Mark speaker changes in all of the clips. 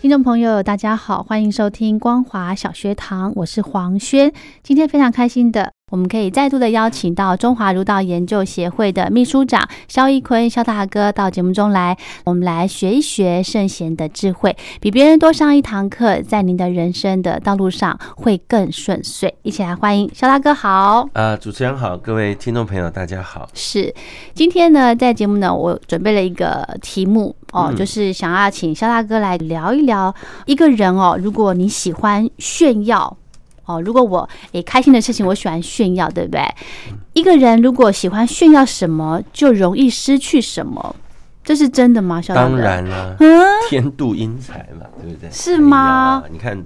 Speaker 1: 听众朋友，大家好，欢迎收听光华小学堂，我是黄轩。今天非常开心的，我们可以再度的邀请到中华儒道研究协会的秘书长肖一坤肖大哥到节目中来，我们来学一学圣贤的智慧，比别人多上一堂课，在您的人生的道路上会更顺遂。一起来欢迎肖大哥好。
Speaker 2: 啊、主持人好，各位听众朋友，大家好。
Speaker 1: 是，今天呢，在节目呢，我准备了一个题目哦，
Speaker 2: 嗯
Speaker 1: 就是想要请肖大哥来聊一聊一个人哦，如果你喜欢炫耀哦，如果我诶开心的事情，我喜欢炫耀，对不对？一个人如果喜欢炫耀什么，就容易失去什么，这是真的吗？肖大哥？
Speaker 2: 当然啦、
Speaker 1: 嗯，
Speaker 2: 天妒英才嘛，对不对？
Speaker 1: 是吗
Speaker 2: 哎呀你看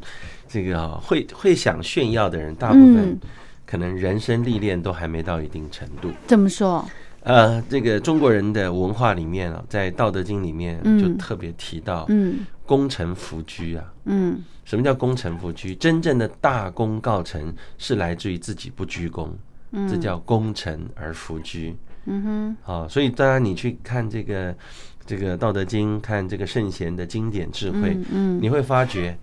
Speaker 2: 这个啊、会会想炫耀的人，大部分
Speaker 1: 嗯
Speaker 2: 可能人生历练都还没到一定程度。
Speaker 1: 怎么说？
Speaker 2: 呃，这个中国人的文化里面啊，在《道德经》里面啊
Speaker 1: 嗯
Speaker 2: 就特别提到
Speaker 1: 嗯
Speaker 2: “功成弗居”啊。
Speaker 1: 嗯，
Speaker 2: 什么叫功成弗居？真正的大功告成是来自于自己不居功，这叫功成而弗居。嗯哼，啊，所以当然你去看这个这个《道德经》，看这个圣贤的经典智慧，
Speaker 1: 嗯
Speaker 2: 你会发觉，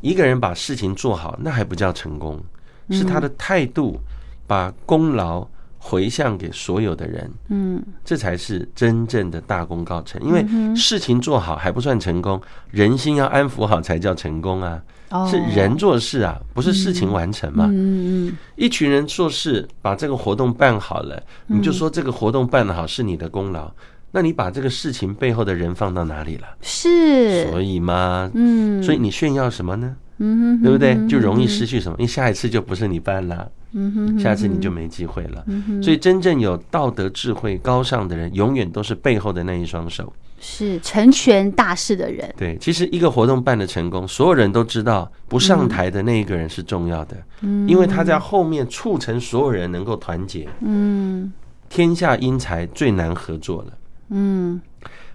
Speaker 2: 一个人把事情做好，那还不叫成功，是他的态度把功劳回向给所有的人。
Speaker 1: 嗯
Speaker 2: 这才是真正的大功告成，因为事情做好还不算成功，人心要安抚好才叫成功啊！
Speaker 1: 哦
Speaker 2: 是人做事啊，不是事情完成嘛。
Speaker 1: 嗯嗯
Speaker 2: 一群人做事，把这个活动办好了，
Speaker 1: 嗯
Speaker 2: 你就说这个活动办得好是你的功劳，那你把这个事情背后的人放到哪里了？所
Speaker 1: 是
Speaker 2: 以嘛，
Speaker 1: 嗯
Speaker 2: 所以你炫耀什么呢？
Speaker 1: 嗯
Speaker 2: 对不对？就容易失去什么？因为下一次就不是你办了，
Speaker 1: 嗯哼嗯
Speaker 2: 下次你就没机会了。所以真正有道德智慧高尚的人，永远都是背后的那一双手。
Speaker 1: 是成全大事的人。
Speaker 2: 对，其实一个活动办的成功，所有人都知道不
Speaker 1: 嗯
Speaker 2: 上台的那一个人是重要的，因为他在后面促成所有人能够团结。
Speaker 1: 嗯
Speaker 2: 天下英才最难合作了。
Speaker 1: 嗯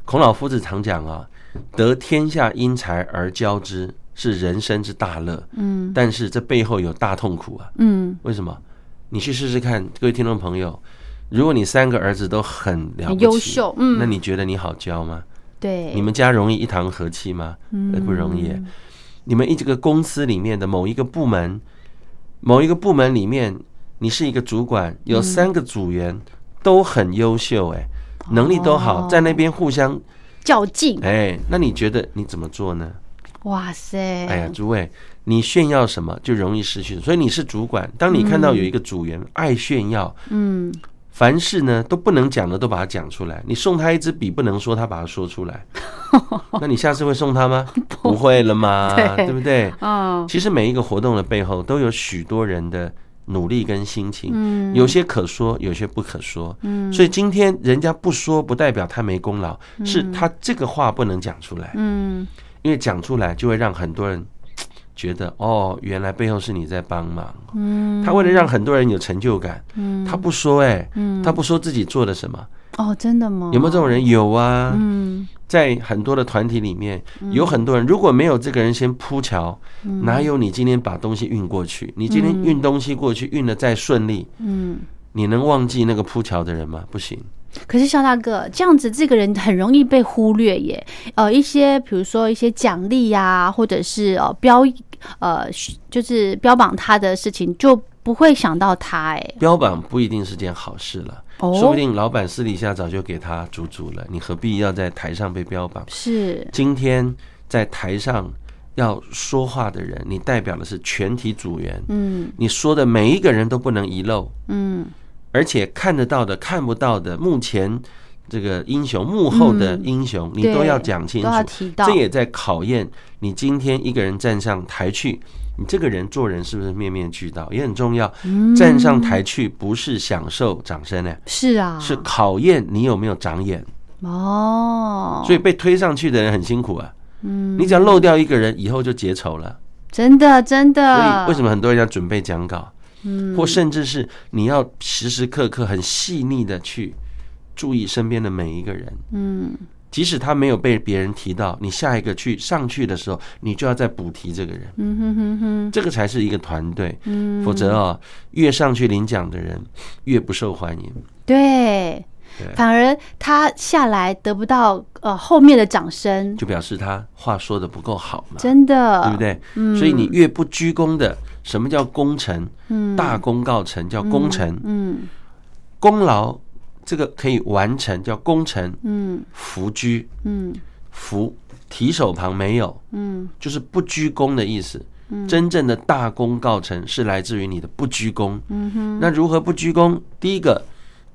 Speaker 2: 孔老夫子常讲啊，得天下英才而教之，是人生之大乐。
Speaker 1: 嗯
Speaker 2: 但是这背后有大痛苦啊！
Speaker 1: 嗯，
Speaker 2: 为什么？你去试试看，各位听众朋友，如果你三个儿子都很了不
Speaker 1: 很
Speaker 2: 起
Speaker 1: 优秀嗯
Speaker 2: 那你觉得你好教吗？
Speaker 1: 对，
Speaker 2: 你们家容易一堂和气吗？呃，不容易耶。你们一这个公司里面的某一个部门，某一个部门里面，你是一个主管，有三个组员都很优秀，哎，能力都好，
Speaker 1: 哦
Speaker 2: 在那边互相，
Speaker 1: 较劲，
Speaker 2: 哎，那你觉得你怎么做呢？
Speaker 1: 哇塞，
Speaker 2: 哎呀，诸位，你炫耀什么就容易失去，所以你是主管，当你看到有一个组员爱炫耀，
Speaker 1: 嗯，
Speaker 2: 凡事呢都不能讲的都把它讲出来。你送他一支笔，不能说他把它说出来，那你下次会送他吗？不会了嘛，
Speaker 1: 对
Speaker 2: 对不对？
Speaker 1: 哦，
Speaker 2: 其实每一个活动的背后都有许多人的努力跟心情，有些可说，有些不可说。所以今天人家不说，不代表他没功劳，是他这个话不能讲出来，
Speaker 1: 嗯
Speaker 2: 因为讲出来就会让很多人。嘖觉得哦，原来背后是你在帮忙。
Speaker 1: 嗯，
Speaker 2: 他为了让很多人有成就感，
Speaker 1: 嗯
Speaker 2: 他不说、哎，
Speaker 1: 嗯，
Speaker 2: 他不说自己做了什么，
Speaker 1: 哦，真的吗？
Speaker 2: 有没有这种人？有啊，
Speaker 1: 嗯
Speaker 2: 在很多的团体里面，有很多人，如果没有这个人先铺桥，
Speaker 1: 嗯
Speaker 2: 哪有你今天把东西运过去？你今天运东西过去，运的再顺利，
Speaker 1: 嗯，
Speaker 2: 你能忘记那个铺桥的人吗？不行。
Speaker 1: 可是肖大哥这样子，这个人很容易被忽略耶。呃，一些比如说一些奖励呀，或者是呃标呃就是标榜他的事情，就不会想到他哎。
Speaker 2: 标榜不一定是件好事了，
Speaker 1: 哦
Speaker 2: 说不定老板私底下早就给他足足了，你何必要在台上被标榜？
Speaker 1: 是，
Speaker 2: 今天在台上要说话的人，你代表的是全体组员，
Speaker 1: 嗯
Speaker 2: 你说的每一个人都不能遗漏。
Speaker 1: 嗯
Speaker 2: 而且看得到的、看不到的，目前这个英雄幕后的
Speaker 1: 嗯
Speaker 2: 英雄，你
Speaker 1: 对
Speaker 2: 都要讲清
Speaker 1: 都要
Speaker 2: 楚。
Speaker 1: 提到
Speaker 2: 这，也在考验你今天一个人站上台去，你这个人做人是不是面面俱到，也很重要。
Speaker 1: 嗯
Speaker 2: 站上台去不是享受掌声呢，
Speaker 1: 是啊，
Speaker 2: 是考验你有没有长眼。
Speaker 1: 哦，
Speaker 2: 所以被推上去的人很辛苦啊。嗯，你只要漏掉一个人，以后就结仇了。
Speaker 1: 真的真
Speaker 2: 所
Speaker 1: 的，
Speaker 2: 以为什么很多人要准备讲稿？嗯，或甚至是你要时时刻刻很细腻的去注意身边的每一个人。嗯，即使他没有被别人提到，你下一个去上去的时候，你就要再补提这个人。嗯哼哼哼，这个才是一个团队。嗯，否则啊，越上去领奖的人越不受欢迎。
Speaker 1: 对
Speaker 2: 对，
Speaker 1: 反而他下来得不到呃后面的掌声，
Speaker 2: 就表示他话说的不够好嘛。
Speaker 1: 真的，
Speaker 2: 对不？对？
Speaker 1: 嗯
Speaker 2: 所以你越不居功的，什么叫功臣？大功告成叫功臣，
Speaker 1: 嗯
Speaker 2: 功劳这个可以完成叫功臣，
Speaker 1: 嗯
Speaker 2: 福居
Speaker 1: 嗯
Speaker 2: 福提手旁没有，
Speaker 1: 嗯，
Speaker 2: 就是不居功的意思。真正的大功告成是来自于你的不居功。
Speaker 1: 嗯
Speaker 2: 那如何不居功？第一个，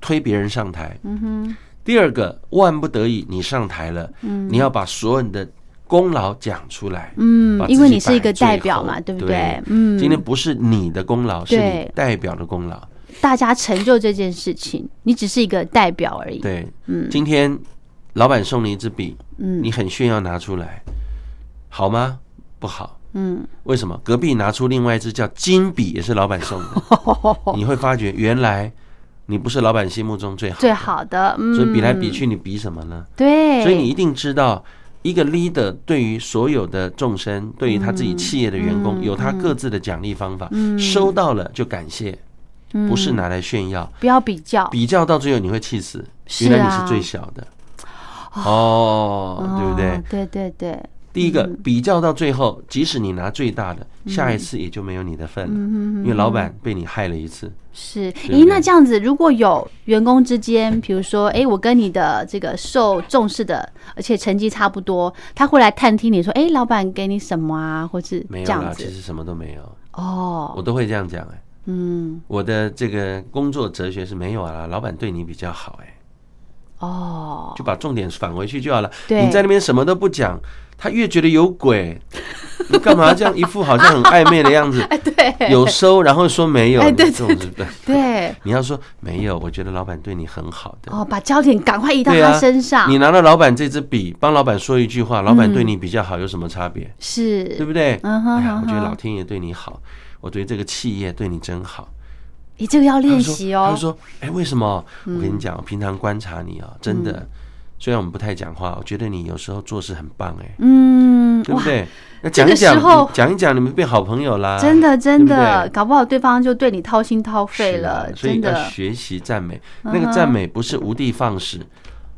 Speaker 2: 推别人上台。
Speaker 1: 嗯
Speaker 2: 第二个，万不得已你上台了，你要把所有的功劳讲出来。
Speaker 1: 嗯
Speaker 2: 把，自己
Speaker 1: 因为你是一个
Speaker 2: 摆最
Speaker 1: 代表嘛，
Speaker 2: 后
Speaker 1: 对不
Speaker 2: 对
Speaker 1: 对？嗯，
Speaker 2: 今天不是你的功劳，是你
Speaker 1: 对
Speaker 2: 代表的功劳。
Speaker 1: 大家成就这件事情，你只是一个代表而已。
Speaker 2: 对，今天老板送你一支笔，
Speaker 1: 嗯
Speaker 2: 你很炫耀拿出来，好吗？不好，
Speaker 1: 嗯，
Speaker 2: 为什么？隔壁拿出另外一支叫金笔，也是老板 送的，你会发觉原来你不是老板心目中最好，
Speaker 1: 最，好的，嗯，
Speaker 2: 所以比来比，去，你比什么呢？
Speaker 1: 对，
Speaker 2: 所以你一定知道。一个 leader 对于所有的众生，对于他自己
Speaker 1: 嗯
Speaker 2: 企业的员工，有他各自的奖励方法。收到了就感谢，
Speaker 1: 嗯
Speaker 2: 不是拿来炫耀。
Speaker 1: 不要比较，
Speaker 2: 比较到最后你会气死，
Speaker 1: 是啊啊
Speaker 2: 原来你是最小的，哦，对不对
Speaker 1: 哦？对对对，
Speaker 2: 第一个
Speaker 1: 嗯
Speaker 2: 比较到最后，即使你拿最大的，下一次也就没有你的份
Speaker 1: 嗯
Speaker 2: 了，因为老板被你害了一次。
Speaker 1: 是，
Speaker 2: 对
Speaker 1: 诶，
Speaker 2: 不
Speaker 1: 那
Speaker 2: 对
Speaker 1: 这样子，如果有员工之间，比如说，诶，我跟你的这个受重视的，而且成绩差不多，他会来探听你说，诶，老板给你什么啊，或是
Speaker 2: 没
Speaker 1: 这
Speaker 2: 有
Speaker 1: 样
Speaker 2: 啦，其
Speaker 1: 子
Speaker 2: 实什么都没有，我
Speaker 1: 哦，
Speaker 2: 都会这样讲哎。
Speaker 1: 嗯，
Speaker 2: 我的这个工作哲学是没有啊，老板对你比较好哎，
Speaker 1: 哦，
Speaker 2: 就把重点返回去就好了。
Speaker 1: 对
Speaker 2: 你在那边什么都不讲，他越觉得有鬼。 你干嘛这样一副好像很暧昧的样子？
Speaker 1: 对，
Speaker 2: 有收然后说没有，
Speaker 1: 哎对
Speaker 2: 这种是不是
Speaker 1: 对，
Speaker 2: 你要说没有，我觉得老板对你很好的。
Speaker 1: 哦，把焦点赶快移到
Speaker 2: 对
Speaker 1: 他
Speaker 2: 啊
Speaker 1: 身上，
Speaker 2: 你拿到老板这支笔，帮老板说一句话，老板对你比较好，有什么差别？对
Speaker 1: 嗯是，
Speaker 2: 不对？
Speaker 1: 嗯哼
Speaker 2: 哎呀
Speaker 1: 嗯，
Speaker 2: 我觉得
Speaker 1: 哼
Speaker 2: 老天爷对你好，我对这个企业对你真好。
Speaker 1: 你这个要练
Speaker 2: 他说
Speaker 1: 习
Speaker 2: 他
Speaker 1: 哦嗯
Speaker 2: 就，说，哎，为什么？我跟你讲，我平常观察你啊，真的，虽然我们不太讲话，我觉得你有时候做事很棒，哎，
Speaker 1: 嗯，
Speaker 2: 对不
Speaker 1: 哇，
Speaker 2: 对？那
Speaker 1: 这
Speaker 2: 讲
Speaker 1: 个
Speaker 2: 一讲，
Speaker 1: 时候
Speaker 2: 你讲一讲，你们变好朋友啦。
Speaker 1: 真的真
Speaker 2: 啊对不
Speaker 1: 的，
Speaker 2: 对
Speaker 1: 搞不好对方就对你掏心掏肺
Speaker 2: 是啊
Speaker 1: 了，
Speaker 2: 所以
Speaker 1: 真
Speaker 2: 要
Speaker 1: 的，
Speaker 2: 学习赞美。那个赞美不是无的放矢。
Speaker 1: 嗯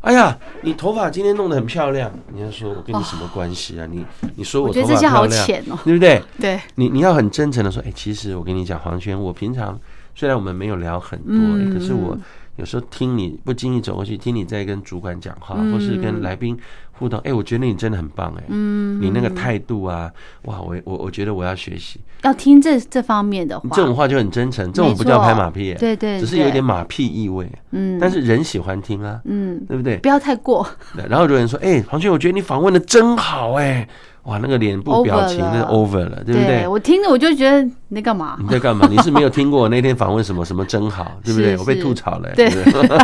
Speaker 2: 哎呀，你头发今天弄得很漂亮，你要说我跟你什么关系啊？你你说
Speaker 1: 我
Speaker 2: 我
Speaker 1: 觉
Speaker 2: 头
Speaker 1: 得
Speaker 2: 发
Speaker 1: 这些
Speaker 2: 漂
Speaker 1: 好
Speaker 2: 亮，
Speaker 1: 浅哦，
Speaker 2: 对不对？
Speaker 1: 对，
Speaker 2: 你你要很真诚的说，哎，其实我跟你讲，黄轩，我平常虽然我们没有聊很多，
Speaker 1: 嗯
Speaker 2: 哎可是我有时候听你不经意走过去，听你在跟主管讲话，
Speaker 1: 嗯
Speaker 2: 或是跟来宾互动，哎，我觉得你真的很棒，哎，
Speaker 1: 嗯
Speaker 2: 你那个态度啊，哇，我我我觉得我要学习，
Speaker 1: 要听这这方面的话
Speaker 2: 你，这种话就很真诚，这种不叫拍马屁，哎
Speaker 1: 对对，
Speaker 2: 只是
Speaker 1: 嗯
Speaker 2: 有
Speaker 1: 对
Speaker 2: 点马屁意味，
Speaker 1: 嗯，
Speaker 2: 但是人喜欢听啊，
Speaker 1: 嗯，
Speaker 2: 对不对？
Speaker 1: 不要太过，
Speaker 2: 对然后有人说：“哎、黄轩，我觉得你访问的真好哎、哇，那个脸部表情
Speaker 1: Over 了
Speaker 2: 那 over 了，对不对？
Speaker 1: 我听着我就觉得你在干嘛？
Speaker 2: 你在干嘛？你是没有听过我那天访问什么什么真好，对不对？
Speaker 1: 是
Speaker 2: 我被
Speaker 1: 是
Speaker 2: 吐槽了、哎
Speaker 1: 对
Speaker 2: 不对？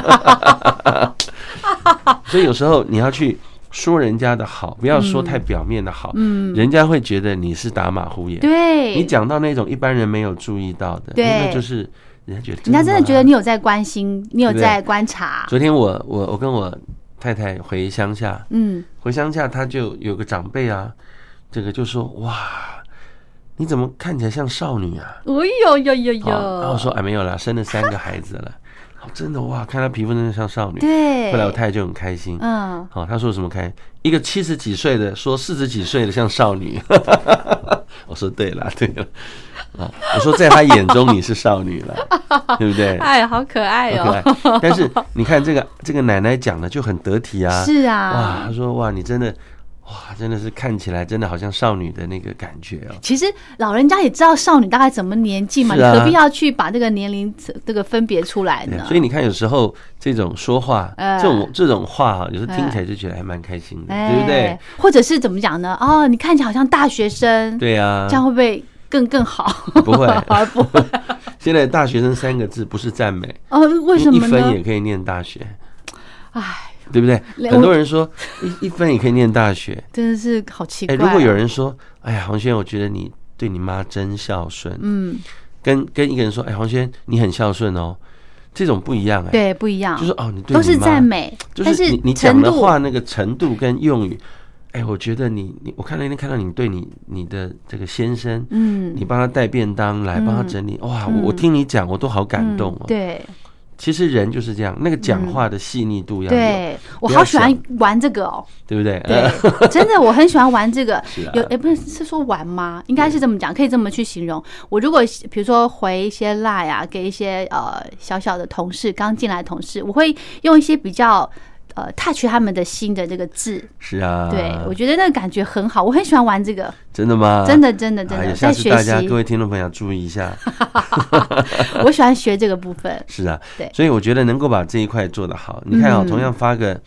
Speaker 2: 所以有时候你要去说人家的好，不要说太表面的好，嗯，人家会觉得你是打马虎眼。
Speaker 1: 对，
Speaker 2: 你，讲到那种一般人没有注意到的，
Speaker 1: 对
Speaker 2: 哎那就是人家觉得啊
Speaker 1: 人家真的
Speaker 2: 吗
Speaker 1: 觉得你有在关心，你有
Speaker 2: 对不对
Speaker 1: 在观察，
Speaker 2: 昨天我我我跟我太太回乡下，
Speaker 1: 嗯，
Speaker 2: 回乡下她就有个长辈啊，这个就说哇，你怎么看起来像少女啊？
Speaker 1: 哎呦呦呦
Speaker 2: 啊然后我
Speaker 1: 呦，
Speaker 2: 说哎没有啦，生了三个孩子了，哦真的哇，看她皮肤真的像少女。
Speaker 1: 对，
Speaker 2: 后来我太太就很开心。
Speaker 1: 嗯，
Speaker 2: 好、她说什么开？一个七十几岁的说四十几岁的像少女， 我说对了对了，啊，我说在她眼中你是少女了，对不对？
Speaker 1: 哎，好可爱
Speaker 2: 好可
Speaker 1: 哦，
Speaker 2: 爱。但是你看这个这个奶奶讲的就很得体啊，
Speaker 1: 是
Speaker 2: 哇，
Speaker 1: 啊，
Speaker 2: 她说哇，你真的哇，真的是看起来真的好像少女的那个感觉哦。
Speaker 1: 其实老人家也知道少女大概什么年纪嘛，
Speaker 2: 是
Speaker 1: 你
Speaker 2: 啊
Speaker 1: 何必要去把这个年龄这个分别出来
Speaker 2: 对啊
Speaker 1: 呢？
Speaker 2: 所以你看，有时候这种说话，
Speaker 1: 呃
Speaker 2: 这种这种话哈，有时候听起来就觉得还蛮开心的，对不对
Speaker 1: 哎？？或者是怎么讲呢？哦，你看起来好像大学生，
Speaker 2: 对啊
Speaker 1: 这，样会不会更更好？
Speaker 2: 不会
Speaker 1: 不会
Speaker 2: 现在大学生三个字不是赞美，
Speaker 1: 哦，为什
Speaker 2: 一
Speaker 1: 么
Speaker 2: 分
Speaker 1: 呢？
Speaker 2: 也可以念大学，
Speaker 1: 哎，
Speaker 2: 对不对？
Speaker 1: 两
Speaker 2: 很多人说一一分也可以念大学，
Speaker 1: 真的是好奇怪
Speaker 2: 哎，
Speaker 1: 啊。
Speaker 2: 如果有人说，哎呀，黄轩，我觉得你对你妈真孝顺，
Speaker 1: 嗯，
Speaker 2: 跟跟一个人说，哎，黄轩，你很孝顺哦，这种不一样哎，，
Speaker 1: 对不一样，
Speaker 2: 就是哦，你对
Speaker 1: 都是
Speaker 2: 你妈
Speaker 1: 赞美，
Speaker 2: 就
Speaker 1: 但
Speaker 2: 是
Speaker 1: 是
Speaker 2: 你你讲
Speaker 1: 程
Speaker 2: 的
Speaker 1: 度
Speaker 2: 话那个程度跟用语，哎，我觉得你你我看那天看到你对你你的这个先生，
Speaker 1: 嗯，
Speaker 2: 你帮他带便当来，帮他整理，哇，我我
Speaker 1: 嗯
Speaker 2: 听你讲我都好感动
Speaker 1: 嗯
Speaker 2: 哦。
Speaker 1: 对
Speaker 2: 其实人就是这样，那个讲
Speaker 1: 嗯
Speaker 2: 话的细腻度要有，
Speaker 1: 对，我
Speaker 2: 不要
Speaker 1: 好喜欢
Speaker 2: 想
Speaker 1: 玩这个哦。
Speaker 2: 对不对？呃
Speaker 1: 对，真的我很喜欢玩这个。
Speaker 2: 是啊
Speaker 1: 有诶，不是是说玩吗？应该是这么讲，可以这么去形容。我如果比如说回一些 line 啊，给一些呃小小的同事，刚进来的同事，我会用一些比较。呃，touch 他们的心的这个字，
Speaker 2: 是啊，
Speaker 1: 对我觉得那个感觉很好，我很喜欢玩这个，
Speaker 2: 真的吗？
Speaker 1: 真的真的真
Speaker 2: 哎呀
Speaker 1: 的
Speaker 2: 下
Speaker 1: 在
Speaker 2: 次
Speaker 1: 学
Speaker 2: 大家
Speaker 1: 习
Speaker 2: 各，位听众朋友注意一下，
Speaker 1: 我喜欢学这个部分，
Speaker 2: 是啊，
Speaker 1: 对
Speaker 2: 所以我觉得能够把这一块做得好，你看啊，
Speaker 1: 嗯
Speaker 2: 同样发个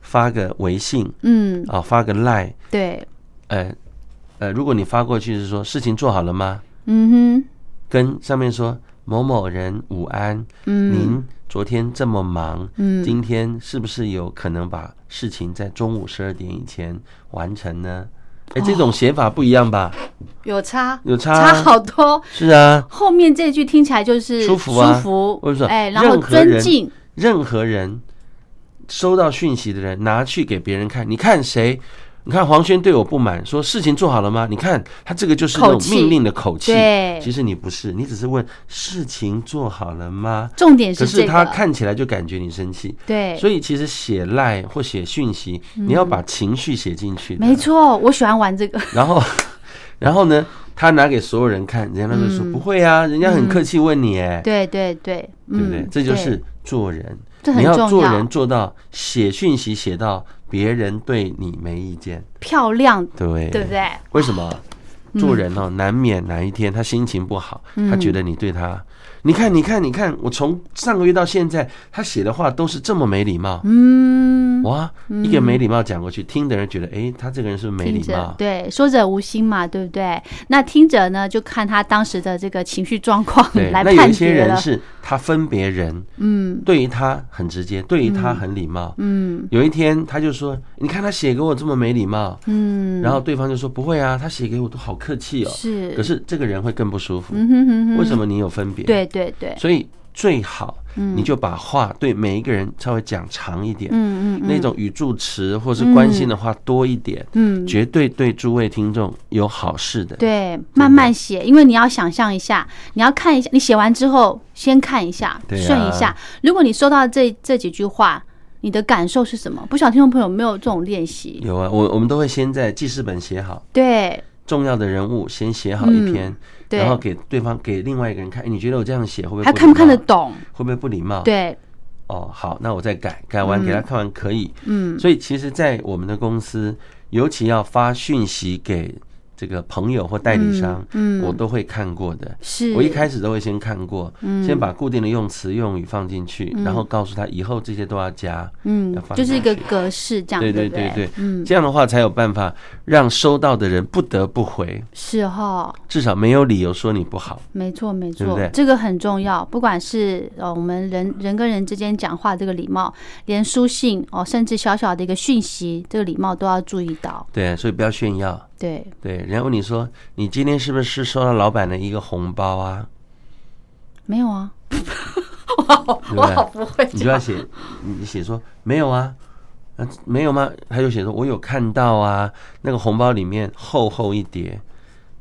Speaker 2: 发个微信
Speaker 1: 嗯，
Speaker 2: 啊，发个 Line，
Speaker 1: 对，
Speaker 2: 呃呃，如果你发过去是说事情做好了吗？
Speaker 1: 嗯
Speaker 2: 跟上面说某某人午安，
Speaker 1: 哼，嗯
Speaker 2: 您昨天这么忙，
Speaker 1: 嗯，
Speaker 2: 今天是不是有可能把事情在中午十二点以前完成呢？哎，这种写法不一样吧？
Speaker 1: 有差
Speaker 2: 有差啊
Speaker 1: 哦差好多，
Speaker 2: 是啊，
Speaker 1: 后面这句听起来就是
Speaker 2: 舒服啊
Speaker 1: 舒服
Speaker 2: 我就说
Speaker 1: 哎，然后
Speaker 2: 任何人
Speaker 1: 尊敬，
Speaker 2: 任何人收到讯息的人拿去给别人看，你看谁？你看黄轩对我不满，说事情做好了吗？你看他这个就是那
Speaker 1: 口
Speaker 2: 种
Speaker 1: 气
Speaker 2: 命令的口气。
Speaker 1: 对
Speaker 2: 其实你不是，你只是问事情做好了吗？
Speaker 1: 重点
Speaker 2: 可
Speaker 1: 是这
Speaker 2: 是
Speaker 1: 个，
Speaker 2: 他看起来就感觉你生气，
Speaker 1: 对，嗯
Speaker 2: 所以其实写赖或写讯息，你要把情绪写进去的。
Speaker 1: 没错，我喜欢玩这个，
Speaker 2: 然后，然后呢，他拿给所有人看，人家就说、
Speaker 1: 嗯
Speaker 2: 不会啊，人家很客气问你，哎、
Speaker 1: 对对对，
Speaker 2: 对不对
Speaker 1: 嗯？
Speaker 2: 这就是做人。
Speaker 1: 这
Speaker 2: 你
Speaker 1: 很
Speaker 2: 要
Speaker 1: 重
Speaker 2: 做人
Speaker 1: 要，
Speaker 2: 做到写讯息写到别人对你没意见，
Speaker 1: 漂亮，
Speaker 2: 对
Speaker 1: 对不嗯对？
Speaker 2: 为什么做人哦，难免哪一天他心情不好，他觉得你对他，你看你看你看，我从上个月到现在，他写的话都是这么没礼貌，
Speaker 1: 嗯，
Speaker 2: 哇，一个没礼貌讲过去，听的人觉得，哎，他这个人是不是没
Speaker 1: 听
Speaker 2: 礼
Speaker 1: 者
Speaker 2: 貌？
Speaker 1: 对，说者无心嘛，对不对？那听者呢，就看他当时的这个情绪状况
Speaker 2: 对，
Speaker 1: 来
Speaker 2: 那有
Speaker 1: 判
Speaker 2: 一些
Speaker 1: 决
Speaker 2: 人
Speaker 1: 了。
Speaker 2: 是他分别人，
Speaker 1: 嗯
Speaker 2: 对于他很直接，对于他很礼貌。
Speaker 1: 嗯
Speaker 2: 有一天他就说，你看他写给我这么没礼貌，
Speaker 1: 嗯，
Speaker 2: 然后对方就说不会啊，他写给我都好客气哦。
Speaker 1: 是，
Speaker 2: 可是这个人会更不舒服。
Speaker 1: 嗯哼哼哼，
Speaker 2: 为什么你有分别？，
Speaker 1: 对对对，
Speaker 2: 所以最好
Speaker 1: 嗯
Speaker 2: 你就把话对每一个人稍微讲长一点，
Speaker 1: 嗯嗯嗯
Speaker 2: 那种语助词或是关心的话多一点，
Speaker 1: 嗯。
Speaker 2: 绝对对诸位听众有好事的。
Speaker 1: 对，慢慢写，因为你要想象一下，你要看一下，你写完之后先看一下，
Speaker 2: 对啊
Speaker 1: 顺一下。如果你收到这这几句话，你的感受是什么？不晓得听众朋友有没有这种练习？
Speaker 2: 有啊，我我们都会先在记事本写好
Speaker 1: 对
Speaker 2: 重要的人物，先写好一篇，
Speaker 1: 嗯对
Speaker 2: 然，后给对方给另外一个人看，哎你觉得我这样写会不会
Speaker 1: 他
Speaker 2: 不
Speaker 1: 看不
Speaker 2: 礼
Speaker 1: 看得
Speaker 2: 貌
Speaker 1: 懂？
Speaker 2: 会不会不礼貌？，
Speaker 1: 对，
Speaker 2: 哦，好，那我再改，改完给他看完可以，
Speaker 1: 嗯，
Speaker 2: 所以其实，在我们的公司，尤其要发讯息给这个朋友或代理商，
Speaker 1: 嗯，
Speaker 2: 我都会看过的。
Speaker 1: 是
Speaker 2: 我一开始都会先看过，
Speaker 1: 嗯
Speaker 2: 先把固定的用词用语放进去，
Speaker 1: 嗯
Speaker 2: 然后告诉他以后这些都要加。
Speaker 1: 嗯
Speaker 2: 要放
Speaker 1: 就是一个
Speaker 2: 下去
Speaker 1: 格式这样，
Speaker 2: 对
Speaker 1: 对不
Speaker 2: 对对对
Speaker 1: 嗯，
Speaker 2: 这样的话才有办法让收到的人不得不回，
Speaker 1: 是哈。
Speaker 2: 至少没有理由说你不好。
Speaker 1: 没错，没
Speaker 2: 对
Speaker 1: 错
Speaker 2: 不对，
Speaker 1: 这个很重要。不管是呃，我们人人跟人之间讲话这个礼貌，连书信哦，甚至小小的一个讯息，这个礼貌都要注意到。
Speaker 2: 对，所以不要炫耀。
Speaker 1: 对，
Speaker 2: 对，人家问你说你今天是不是收到老板的一个红包啊？
Speaker 1: 没有啊，
Speaker 2: 对不对？
Speaker 1: 不会
Speaker 2: 你就要写，你写说没有啊，啊没有吗？他就写说我有看到啊，那个红包里面厚厚一叠，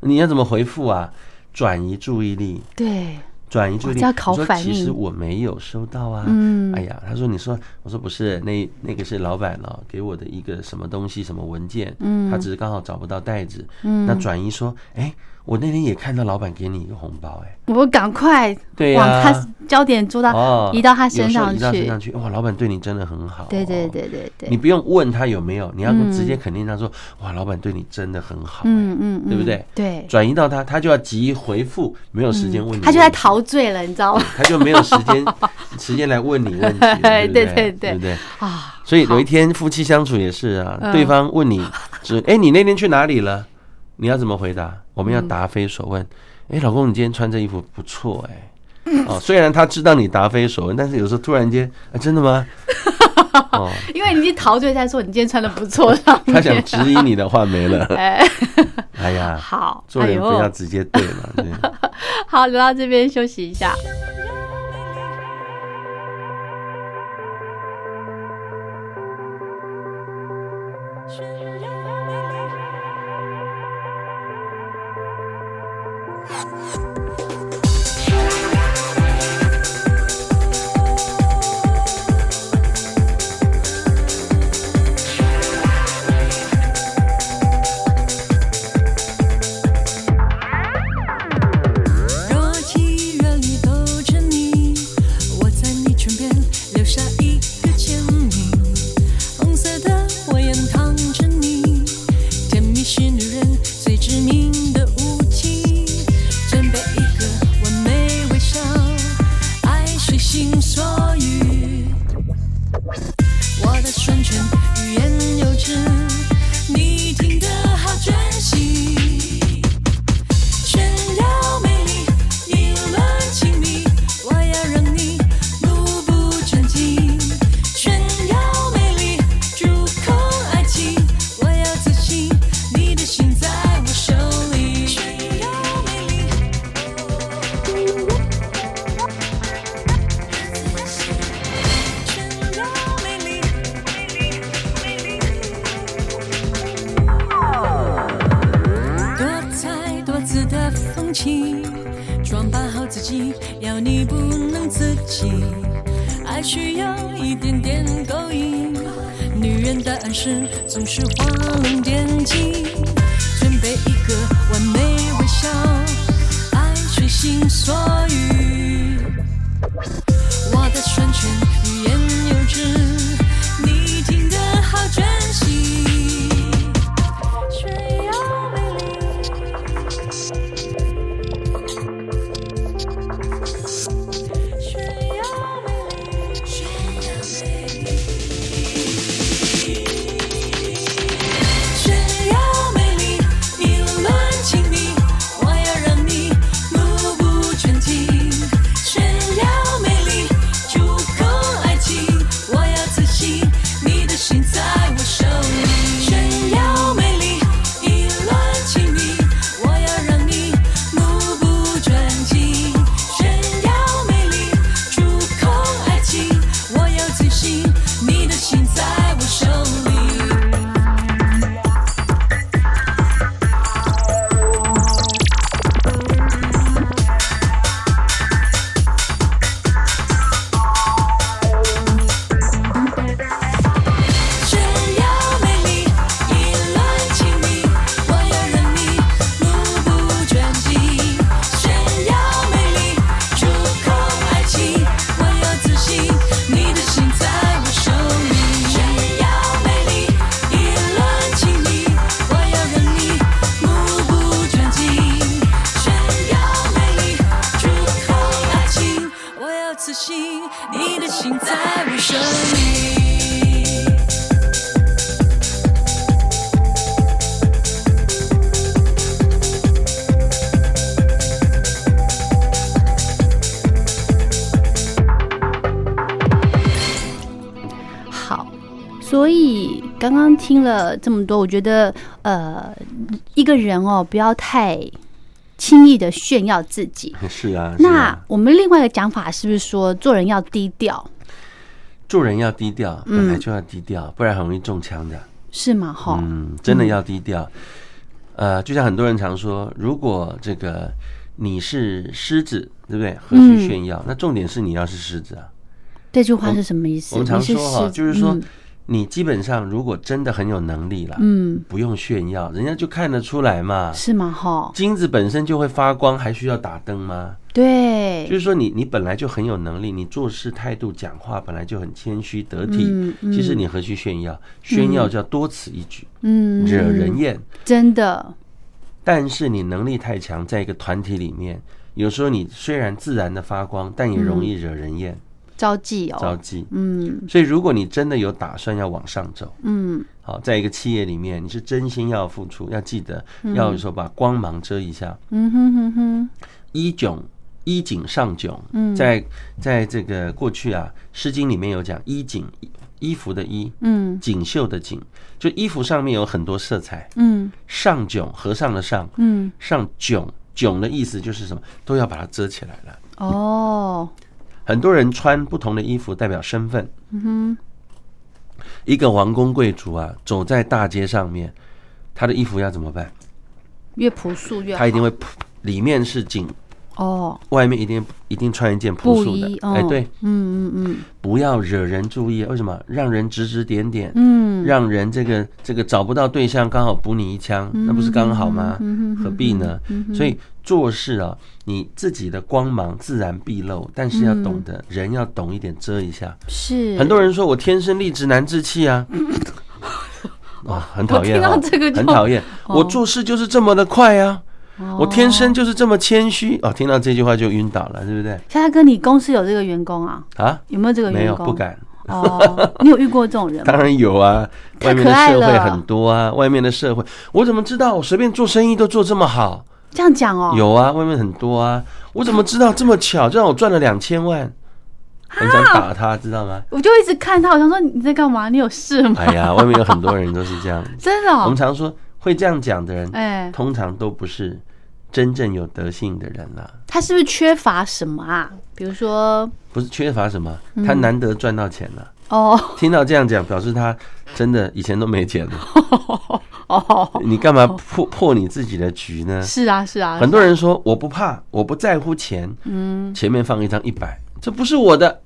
Speaker 2: 你要怎么回复啊？转移注意力，
Speaker 1: 对，
Speaker 2: 转移注意
Speaker 1: 哦哇
Speaker 2: 力。
Speaker 1: 这要考
Speaker 2: 你说
Speaker 1: 反
Speaker 2: 其实
Speaker 1: 应
Speaker 2: 我没有收到啊。
Speaker 1: 嗯
Speaker 2: 哎呀，他说你说，我说不是，那那个是老板哦给我的一个什么东西什么文件，
Speaker 1: 嗯
Speaker 2: 他只是刚好找不到袋子，
Speaker 1: 嗯
Speaker 2: 那转移说，哎，我那天也看到老板给你一个红包，哎，
Speaker 1: 我赶快
Speaker 2: 对
Speaker 1: 往
Speaker 2: 呀、
Speaker 1: 他焦点做到，
Speaker 2: 哦，
Speaker 1: 移到他身
Speaker 2: 有时候
Speaker 1: 上
Speaker 2: 移到身
Speaker 1: 去
Speaker 2: 上去，哇，老板对你真的很好、哦
Speaker 1: 对对。对对对，
Speaker 2: 你不用问他有没有，你要
Speaker 1: 嗯
Speaker 2: 直接肯定他说：“哇，老板对你真的很好。”
Speaker 1: 嗯嗯，嗯
Speaker 2: 对不对？
Speaker 1: 对，
Speaker 2: 转移到他，他就要急回复，没有时间问你问
Speaker 1: 嗯
Speaker 2: 题、
Speaker 1: 他就在陶醉了，你知道吗？
Speaker 2: 他就没有时间时间来问你问题， 对不
Speaker 1: 对
Speaker 2: 对
Speaker 1: 对对
Speaker 2: 对不对？
Speaker 1: 啊，
Speaker 2: 所以有一天夫妻相处也是啊，
Speaker 1: 嗯
Speaker 2: 对方问你是哎，你那天去哪里了？你要怎么回
Speaker 1: 嗯
Speaker 2: 答？我们要答非所问。哎，老公，你今天穿这衣服不错哎。 哦，虽然他知道你答非所问，但是有时候突然间，啊，真的吗？ 哦，
Speaker 1: 因为你已经陶醉在说你今天穿的不错上
Speaker 2: 他想
Speaker 1: 面，
Speaker 2: 质疑你的话没了。
Speaker 1: 哎，
Speaker 2: 哎呀，
Speaker 1: 好，
Speaker 2: 做
Speaker 1: 哎
Speaker 2: 人不
Speaker 1: 呦，
Speaker 2: 要直接对嘛。对。
Speaker 1: 好，聊到这边休息一下。
Speaker 3: 若即若离都沉溺，我在你唇边留下一个签名。红色的火焰烫着你，甜蜜是女人最致命的武器。准备一个完美微笑，爱随心所欲。我的双拳欲言又止，你听得好专心。炫耀美丽，议论亲密，我要让你目不转睛。炫耀美丽，触控爱情，我要自信，你的心在我手里。炫耀美丽，炫耀美丽，美丽，美丽。多彩多姿的风情，装扮好自己，要你不能自己。爱需要一点点勾引，女人的暗示总是画龙点睛。准备一个完美微笑，爱随心所欲。我的双拳欲言又止，你听得好专心。炫耀美丽。炫耀美丽，炫耀美丽，炫耀美丽，你乱亲密，我要让你目不转睛。炫耀美丽，触控爱情，我要自信，你的心在我手里。炫耀美丽，你乱亲密，我要让你目不转睛。炫耀美丽，触控爱情，我要自信，你的心在我手里。炫耀美丽，意乱情迷，我要让你目不转睛。炫耀美丽，触控爱情，我要自信，你的心在我手里。炫耀美丽，意乱情迷，我要让你目不转睛。炫耀美丽，触控爱情，我要自信，你的心在我手里。
Speaker 1: 好，所以刚刚听了这么多，我觉得呃，一个人哦，不要太轻易的炫耀自己。
Speaker 2: 是啊，是
Speaker 1: 那
Speaker 2: 啊
Speaker 1: 我们另外一个讲法是不是说做人要低调，
Speaker 2: 做人要低调，
Speaker 1: 嗯
Speaker 2: 本来就要低调，不然很容易中枪的。
Speaker 1: 是吗？哈，
Speaker 2: 嗯，真的要低调。呃，就像很多人常说，如果这个你是狮子，对不对？何
Speaker 1: 嗯
Speaker 2: 须炫耀？那重点是你要是狮子啊。
Speaker 1: 这句话是什么意思？
Speaker 2: 我们常
Speaker 1: 你是
Speaker 2: 说哈、
Speaker 1: 狮
Speaker 2: 就是说
Speaker 1: 嗯
Speaker 2: 你基本上如果真的很有能力了，
Speaker 1: 嗯，
Speaker 2: 不用炫耀，人家就看得出来嘛。
Speaker 1: 是吗？哈，
Speaker 2: 金子本身就会发光，还需要打灯吗？就
Speaker 1: 对，
Speaker 2: 是说你你本来就很有能力，你做事态度、讲话本来就很谦虚得体，
Speaker 1: 嗯嗯
Speaker 2: 其实你何须炫耀？炫耀叫多此一举，
Speaker 1: 嗯，
Speaker 2: 惹人厌。
Speaker 1: 真的，
Speaker 2: 但是你能力太强，在一个团体里面，有时候你虽然自然的发光，但也容易惹人厌、
Speaker 1: 招忌
Speaker 2: 招
Speaker 1: 哦，
Speaker 2: 忌。
Speaker 1: 嗯
Speaker 2: 所以，如果你真的有打算要往上走，
Speaker 1: 嗯，
Speaker 2: 好，在一个企业里面，你是真心要付出，要记得要有时候把光芒遮一下，
Speaker 1: 嗯哼哼哼，
Speaker 2: 衣囧。衣锦上囧，在在这个过去啊，《诗经》里面有讲衣锦，衣服的衣，
Speaker 1: 嗯
Speaker 2: 锦绣的锦，就衣服上面有很多色彩。
Speaker 1: 嗯
Speaker 2: 上囧，和尚的上，
Speaker 1: 嗯，
Speaker 2: 上囧，囧的意思就是什么，都要把它遮起来了。
Speaker 1: 哦，
Speaker 2: 很多人穿不同的衣服代表身份。嗯哼，一个王公贵族啊，走在大街上面，他的衣服要怎么办？
Speaker 1: 越朴素越好
Speaker 2: 他一定会，里面是紧，
Speaker 1: 哦，
Speaker 2: 外面一定一定穿一件朴
Speaker 1: 不
Speaker 2: 素
Speaker 1: 一
Speaker 2: 的。
Speaker 1: 哦，
Speaker 2: 哎，对，，
Speaker 1: 嗯嗯嗯
Speaker 2: 不要惹人注意。为什么？让人指指点点，
Speaker 1: 嗯，
Speaker 2: 让人这个这个找不到对象，刚好补你一枪，
Speaker 1: 嗯
Speaker 2: 那不是刚好吗？何必呢？所以做事啊，你自己的光芒自然毕露，但是要
Speaker 1: 嗯
Speaker 2: 懂得人要懂一点遮一下。
Speaker 1: 是
Speaker 2: 很多人说我天生丽质难自 弃啊，啊，很讨厌
Speaker 1: 我
Speaker 2: 啊
Speaker 1: 听到这个，就哦
Speaker 2: 很讨厌。我做事就是这么的快啊，我天生就是这么谦虚哦。听到这句话就晕倒了，对不对？
Speaker 1: 夏夏哥，你公司有这个员工啊？
Speaker 2: 啊，
Speaker 1: 有没有这个
Speaker 2: 没
Speaker 1: 员
Speaker 2: 有
Speaker 1: 工？
Speaker 2: 不。敢，
Speaker 1: 哦，你有遇过这种人
Speaker 2: 当
Speaker 1: 吗？
Speaker 2: 然有啊，
Speaker 1: 太
Speaker 2: 外面
Speaker 1: 可
Speaker 2: 的
Speaker 1: 爱
Speaker 2: 社会
Speaker 1: 了
Speaker 2: 很多啊，外面的社会，我怎么知道我随便做生意都做这么好？
Speaker 1: 这样讲哦，
Speaker 2: 有啊，外面很多啊，我怎么知道这么巧，就让我赚了两千万，很想打他，知 道吗？
Speaker 1: 我就一直看他，我想说你在干嘛？你有事 吗？
Speaker 2: 哎呀，外面有很多人都是这样，
Speaker 1: 真的、
Speaker 2: 我
Speaker 1: 哦
Speaker 2: 们，常说会这样讲的人，
Speaker 1: 哎，
Speaker 2: 通常都不是真正有德性的人啦、
Speaker 1: 他是不是缺乏什么啊？比如说，
Speaker 2: 不是缺乏什么，他难得赚到钱了、
Speaker 1: 哦
Speaker 2: 听到这样讲，表示他真的以前都没钱了。
Speaker 1: 哦，
Speaker 2: 你干嘛破破你自己的局呢？
Speaker 1: 是啊是啊，
Speaker 2: 很多人说我不怕，我不在乎钱。嗯，前面放一张一百，这不是我的，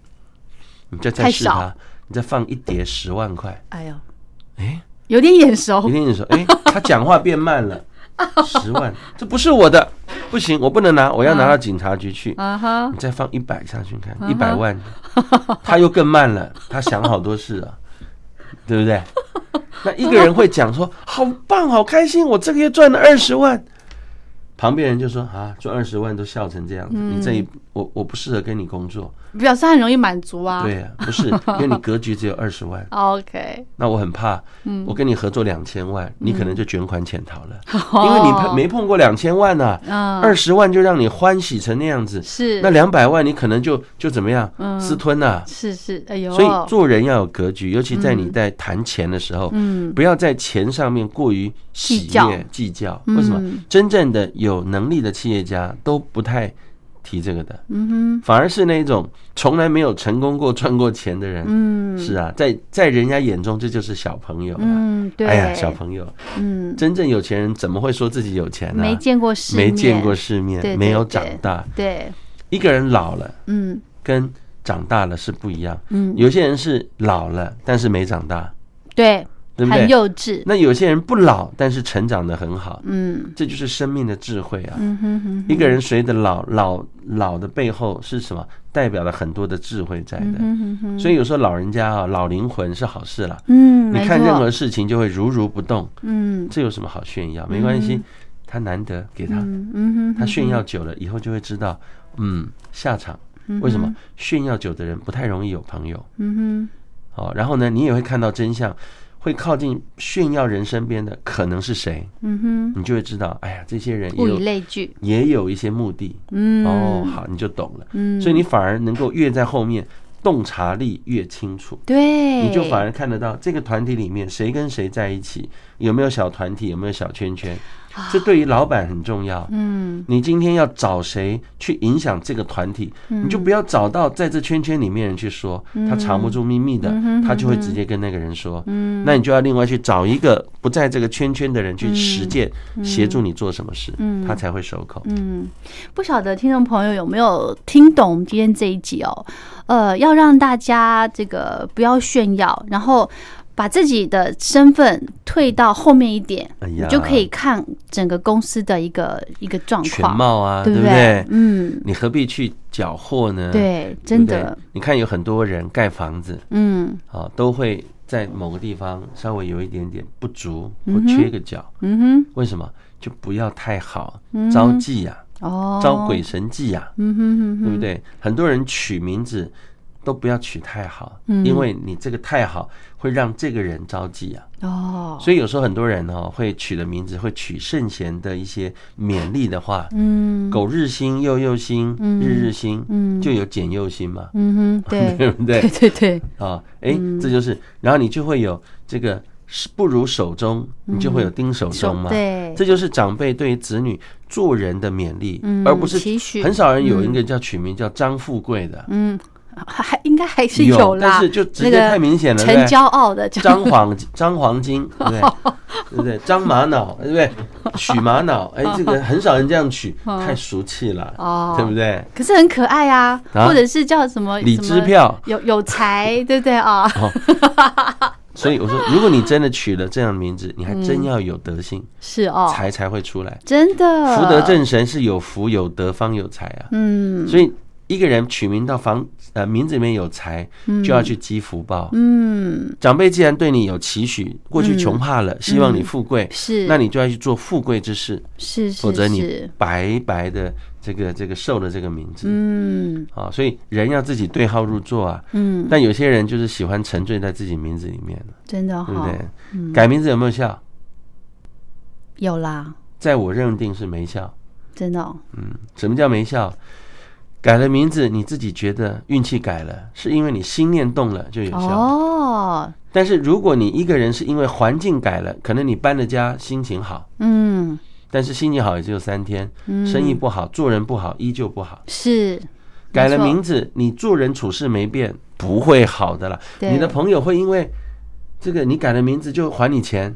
Speaker 2: 你再再
Speaker 1: 太
Speaker 2: 试
Speaker 1: 少
Speaker 2: 他，你再放一叠十万块，
Speaker 1: 哎呦，
Speaker 2: 哎
Speaker 1: 有点眼熟
Speaker 2: 一，定你说，哎，他讲话变慢 了，十万，这不是我的，不行，我不能拿，我要拿到警察局去。
Speaker 1: 啊哈，
Speaker 2: 你再放一百下去
Speaker 1: 嗯
Speaker 2: 看，一百万，他又更慢了，他想好多事啊， 对不对？那一个人会讲说：“好棒，好开心，我这个月赚了二十万。”旁边人就说：“啊，赚二十万都笑成这样子，
Speaker 1: 嗯
Speaker 2: 你这一我我不适合跟你工作。
Speaker 1: 表示他很容易满足”啊。
Speaker 2: 对呀、不是，因为你格局只有二十 万，
Speaker 1: ，OK，
Speaker 2: 那我很怕，
Speaker 1: 嗯
Speaker 2: 我跟你合作两千万，你可能就卷款潜逃 了，因为你碰没碰过两千万呐、
Speaker 1: 嗯
Speaker 2: 二十万就让你欢喜成那样子，
Speaker 1: 是嗯
Speaker 2: 那两百万你可能就就怎么样私吞呐、
Speaker 1: 是是，哎呦，
Speaker 2: 所以做人要有格局，尤其在你在谈钱的时候，
Speaker 1: 嗯
Speaker 2: 不要在钱上面过于喜
Speaker 1: 计较
Speaker 2: 悦计较。为什么
Speaker 1: 嗯？
Speaker 2: 真正的有能力的企业家都不太提这个的，
Speaker 1: 嗯
Speaker 2: 反而是那种从来没有成功过、赚过钱的人
Speaker 1: 哼，。嗯
Speaker 2: 是啊，在在人家眼中这就是小朋友啊。
Speaker 1: 嗯，对，
Speaker 2: 哎呀，小朋友，
Speaker 1: 嗯，
Speaker 2: 真正有钱人怎么会说自己有钱呢？
Speaker 1: 没见过世面，
Speaker 2: 啊没见过，世
Speaker 1: 对对
Speaker 2: 面，没有长
Speaker 1: 对
Speaker 2: 大。
Speaker 1: 对，
Speaker 2: 一个人老了。
Speaker 1: 嗯
Speaker 2: 跟长大了是不一样。
Speaker 1: 嗯，
Speaker 2: 有些人是老了，但是没长大，
Speaker 1: 对，
Speaker 2: 对不
Speaker 1: 很
Speaker 2: 对？
Speaker 1: 幼稚，
Speaker 2: 那有些人不老，但是成长的很好，
Speaker 1: 嗯
Speaker 2: 这就是生命的智慧啊。
Speaker 1: 嗯哼哼，
Speaker 2: 一个人随着老老老的背后是什么？代表了很多的智慧在的。
Speaker 1: 嗯哼哼，
Speaker 2: 所以有时候老人家啊，老灵魂是好事啦。
Speaker 1: 嗯，
Speaker 2: 你
Speaker 1: 没
Speaker 2: 看
Speaker 1: 错
Speaker 2: 任何事情就会如如不动，
Speaker 1: 嗯
Speaker 2: 这有什么好炫耀？没关系，他难得给他，
Speaker 1: 嗯嗯哼，
Speaker 2: 他炫耀久了以后就会知道，嗯，下场为什么炫耀久的人不太容易有朋友？
Speaker 1: 嗯
Speaker 2: 好，然后呢，你也会看到真相，会靠近炫耀人身边的可能是谁，
Speaker 1: 哼嗯哼，
Speaker 2: 你就会知道，哎呀，这些人也
Speaker 1: 物以
Speaker 2: 有
Speaker 1: 类聚，
Speaker 2: 也有一些目的。
Speaker 1: 嗯
Speaker 2: 哦，好，你就懂了。
Speaker 1: 嗯，
Speaker 2: 所以你反而能够越在后面，洞察力越清楚，
Speaker 1: 对，
Speaker 2: 你就反而看得到这个团体里面谁跟谁在一起，有没有小团体，有没有小圈圈。这对于老板很重要。
Speaker 1: 啊嗯
Speaker 2: 你今天要找谁去影响这个团体，
Speaker 1: 嗯
Speaker 2: 你就不要找到在这圈圈里面人去说，他藏不住秘密的，
Speaker 1: 嗯
Speaker 2: 他就会直接跟那个人说。那你就要另外去找一个不在这个圈圈的人去实践，协助你做什么事，他才会守口。
Speaker 1: 嗯，不晓得听众朋友有没有听懂我们今天这一集哦？呃，要让大家这个不要炫耀，然后。把自己的身份退到后面一点，
Speaker 2: 哎
Speaker 1: 你
Speaker 2: 呀
Speaker 1: 就可以看整个公司的一个一个状
Speaker 2: 全
Speaker 1: 况，
Speaker 2: 貌啊，
Speaker 1: 对
Speaker 2: 不
Speaker 1: 不
Speaker 2: 对？
Speaker 1: 嗯，
Speaker 2: 你何必去缴获呢？
Speaker 1: 对，
Speaker 2: 对
Speaker 1: 真
Speaker 2: 嗯不对
Speaker 1: 的，，
Speaker 2: 你看有很多人盖房子
Speaker 1: 嗯
Speaker 2: 啊，都会在某个地方稍微有一点点不足或
Speaker 1: 嗯哼
Speaker 2: 缺个角，
Speaker 1: 嗯
Speaker 2: 为什么？就不要太好
Speaker 1: 嗯，
Speaker 2: 招忌呀、
Speaker 1: 哼，哦，
Speaker 2: 招鬼，神忌呀、
Speaker 1: 嗯哼哼哼，
Speaker 2: 对不？对？很多人取名字都不要取太好，
Speaker 1: 嗯
Speaker 2: 因为你这个太好会让这个人着急啊。
Speaker 1: 哦，
Speaker 2: 所以有时候很多人哦会取的名字会取圣贤的一些勉励的话，
Speaker 1: 嗯，
Speaker 2: 苟日新，又又新，
Speaker 1: 嗯
Speaker 2: 日日新，
Speaker 1: 嗯
Speaker 2: 就有简又新嘛，
Speaker 1: 嗯哼，对，
Speaker 2: 对不对
Speaker 1: 对？对对，
Speaker 2: 啊，哎，这就是，然后你就会有这个是不如手中，你就会有丁手中嘛。
Speaker 1: 嗯对，
Speaker 2: 这就是长辈对于子女做人的勉励，
Speaker 1: 嗯
Speaker 2: 而不是
Speaker 1: 期许
Speaker 2: 很少人有一个叫取名叫张富贵的，
Speaker 1: 嗯，还还应该还是啦，
Speaker 2: 但是就直
Speaker 1: 那
Speaker 2: 接
Speaker 1: 个
Speaker 2: 太明显了，对
Speaker 1: 陈
Speaker 2: 不对？
Speaker 1: 骄傲的张
Speaker 2: 张黄张黄金，对不 对？对不对？张玛瑙，对不对？许玛瑙，哎，这个很少人这样取，太俗气了，
Speaker 1: 嗯哦，
Speaker 2: 对不？对？
Speaker 1: 可是很可爱啊，
Speaker 2: 啊
Speaker 1: 或者是叫什么
Speaker 2: 李
Speaker 1: 什
Speaker 2: 支
Speaker 1: 么
Speaker 2: 票哦
Speaker 1: 有有才，对不对啊？
Speaker 2: 所以我说，如果你真的取了这样的名字，你还真要有德性，
Speaker 1: 是嗯哦，
Speaker 2: 才才会出来。
Speaker 1: 真的
Speaker 2: 福德，正神是有福有德方有财啊，
Speaker 1: 呃嗯
Speaker 2: 所以一个人取名到房呃名字里面有财，就要去积福报。
Speaker 1: 嗯，
Speaker 2: 长辈既然对你有期许，过去穷怕了，希望你富贵，
Speaker 1: 嗯是，
Speaker 2: 那你就要去做富贵之事，
Speaker 1: 是是
Speaker 2: 否则你
Speaker 1: 是，
Speaker 2: 白白的这个这个受了这个名字
Speaker 1: 嗯
Speaker 2: 啊。所以人要自己对号入座啊。
Speaker 1: 嗯，
Speaker 2: 但有些人就是喜欢沉醉在自己名字里面，
Speaker 1: 真的哦
Speaker 2: 对不
Speaker 1: 哈，
Speaker 2: 对？
Speaker 1: 嗯
Speaker 2: 改名字有没有效？
Speaker 1: 有啦，
Speaker 2: 在我认定是没效。
Speaker 1: 真的哦，
Speaker 2: 什么叫没效？改了名字，你自己觉得运气改了，是因为你心念动了就有效。
Speaker 1: 哦，
Speaker 2: 但是如果你一个人是因为环境改了，可能你搬了家，心情好，
Speaker 1: 嗯
Speaker 2: 但是心情好也只有三天，
Speaker 1: 嗯，
Speaker 2: 生意不好，做人不好，依旧不好。
Speaker 1: 是
Speaker 2: 改
Speaker 1: 没
Speaker 2: 了
Speaker 1: 错
Speaker 2: 名字，你做人处事没变，不会好的了。
Speaker 1: 对
Speaker 2: 你的朋友会因为这个你改了名字就还你钱，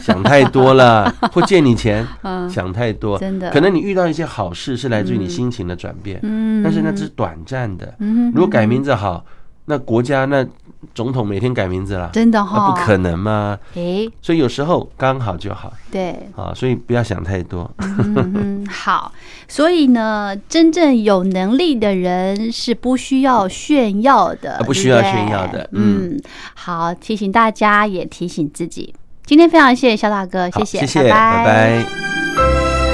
Speaker 2: 想太 多了，或借你钱，
Speaker 1: 嗯
Speaker 2: 想太多。
Speaker 1: 真的
Speaker 2: 可能你遇到一些好事是来自于你心情的转变，
Speaker 1: 嗯，
Speaker 2: 但是那只是短暂的。
Speaker 1: 嗯
Speaker 2: 如果改名字好，那国家那总统每天改名字啦，
Speaker 1: 真的
Speaker 2: 那
Speaker 1: 哈，
Speaker 2: 不可能嘛。
Speaker 1: 诶，
Speaker 2: 所以有时候刚好就好
Speaker 1: 对，
Speaker 2: 啊，所以不要想太多。
Speaker 1: 嗯， 好，所以呢，真正有能力的人是不需要炫耀的，
Speaker 2: 啊不
Speaker 1: 对
Speaker 2: 需要
Speaker 1: 对
Speaker 2: 炫耀的嗯
Speaker 1: 嗯，好，提醒大家，也提醒自己。今天非常谢谢肖大哥，
Speaker 2: 好，
Speaker 1: 谢，
Speaker 2: 谢谢，
Speaker 1: 拜
Speaker 2: 拜拜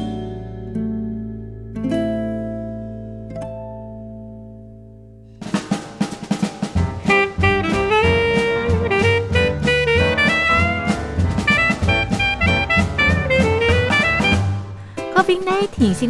Speaker 4: COVID-19 新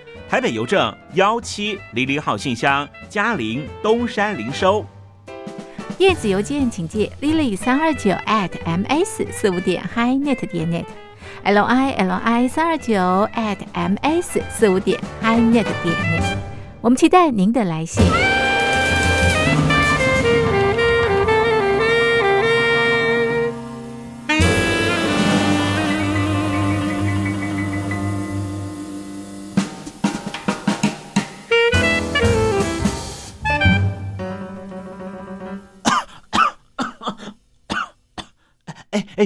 Speaker 5: 台北邮政幺七零零号信箱，嘉陵东山零收。
Speaker 4: 电子邮件请借 lily 三二九 at ms 四五点 highnet 点 net。l i l i 三二九 at m s 四五点 hinet 点 net，我们期待您的来信。
Speaker 5: 啊哎哎，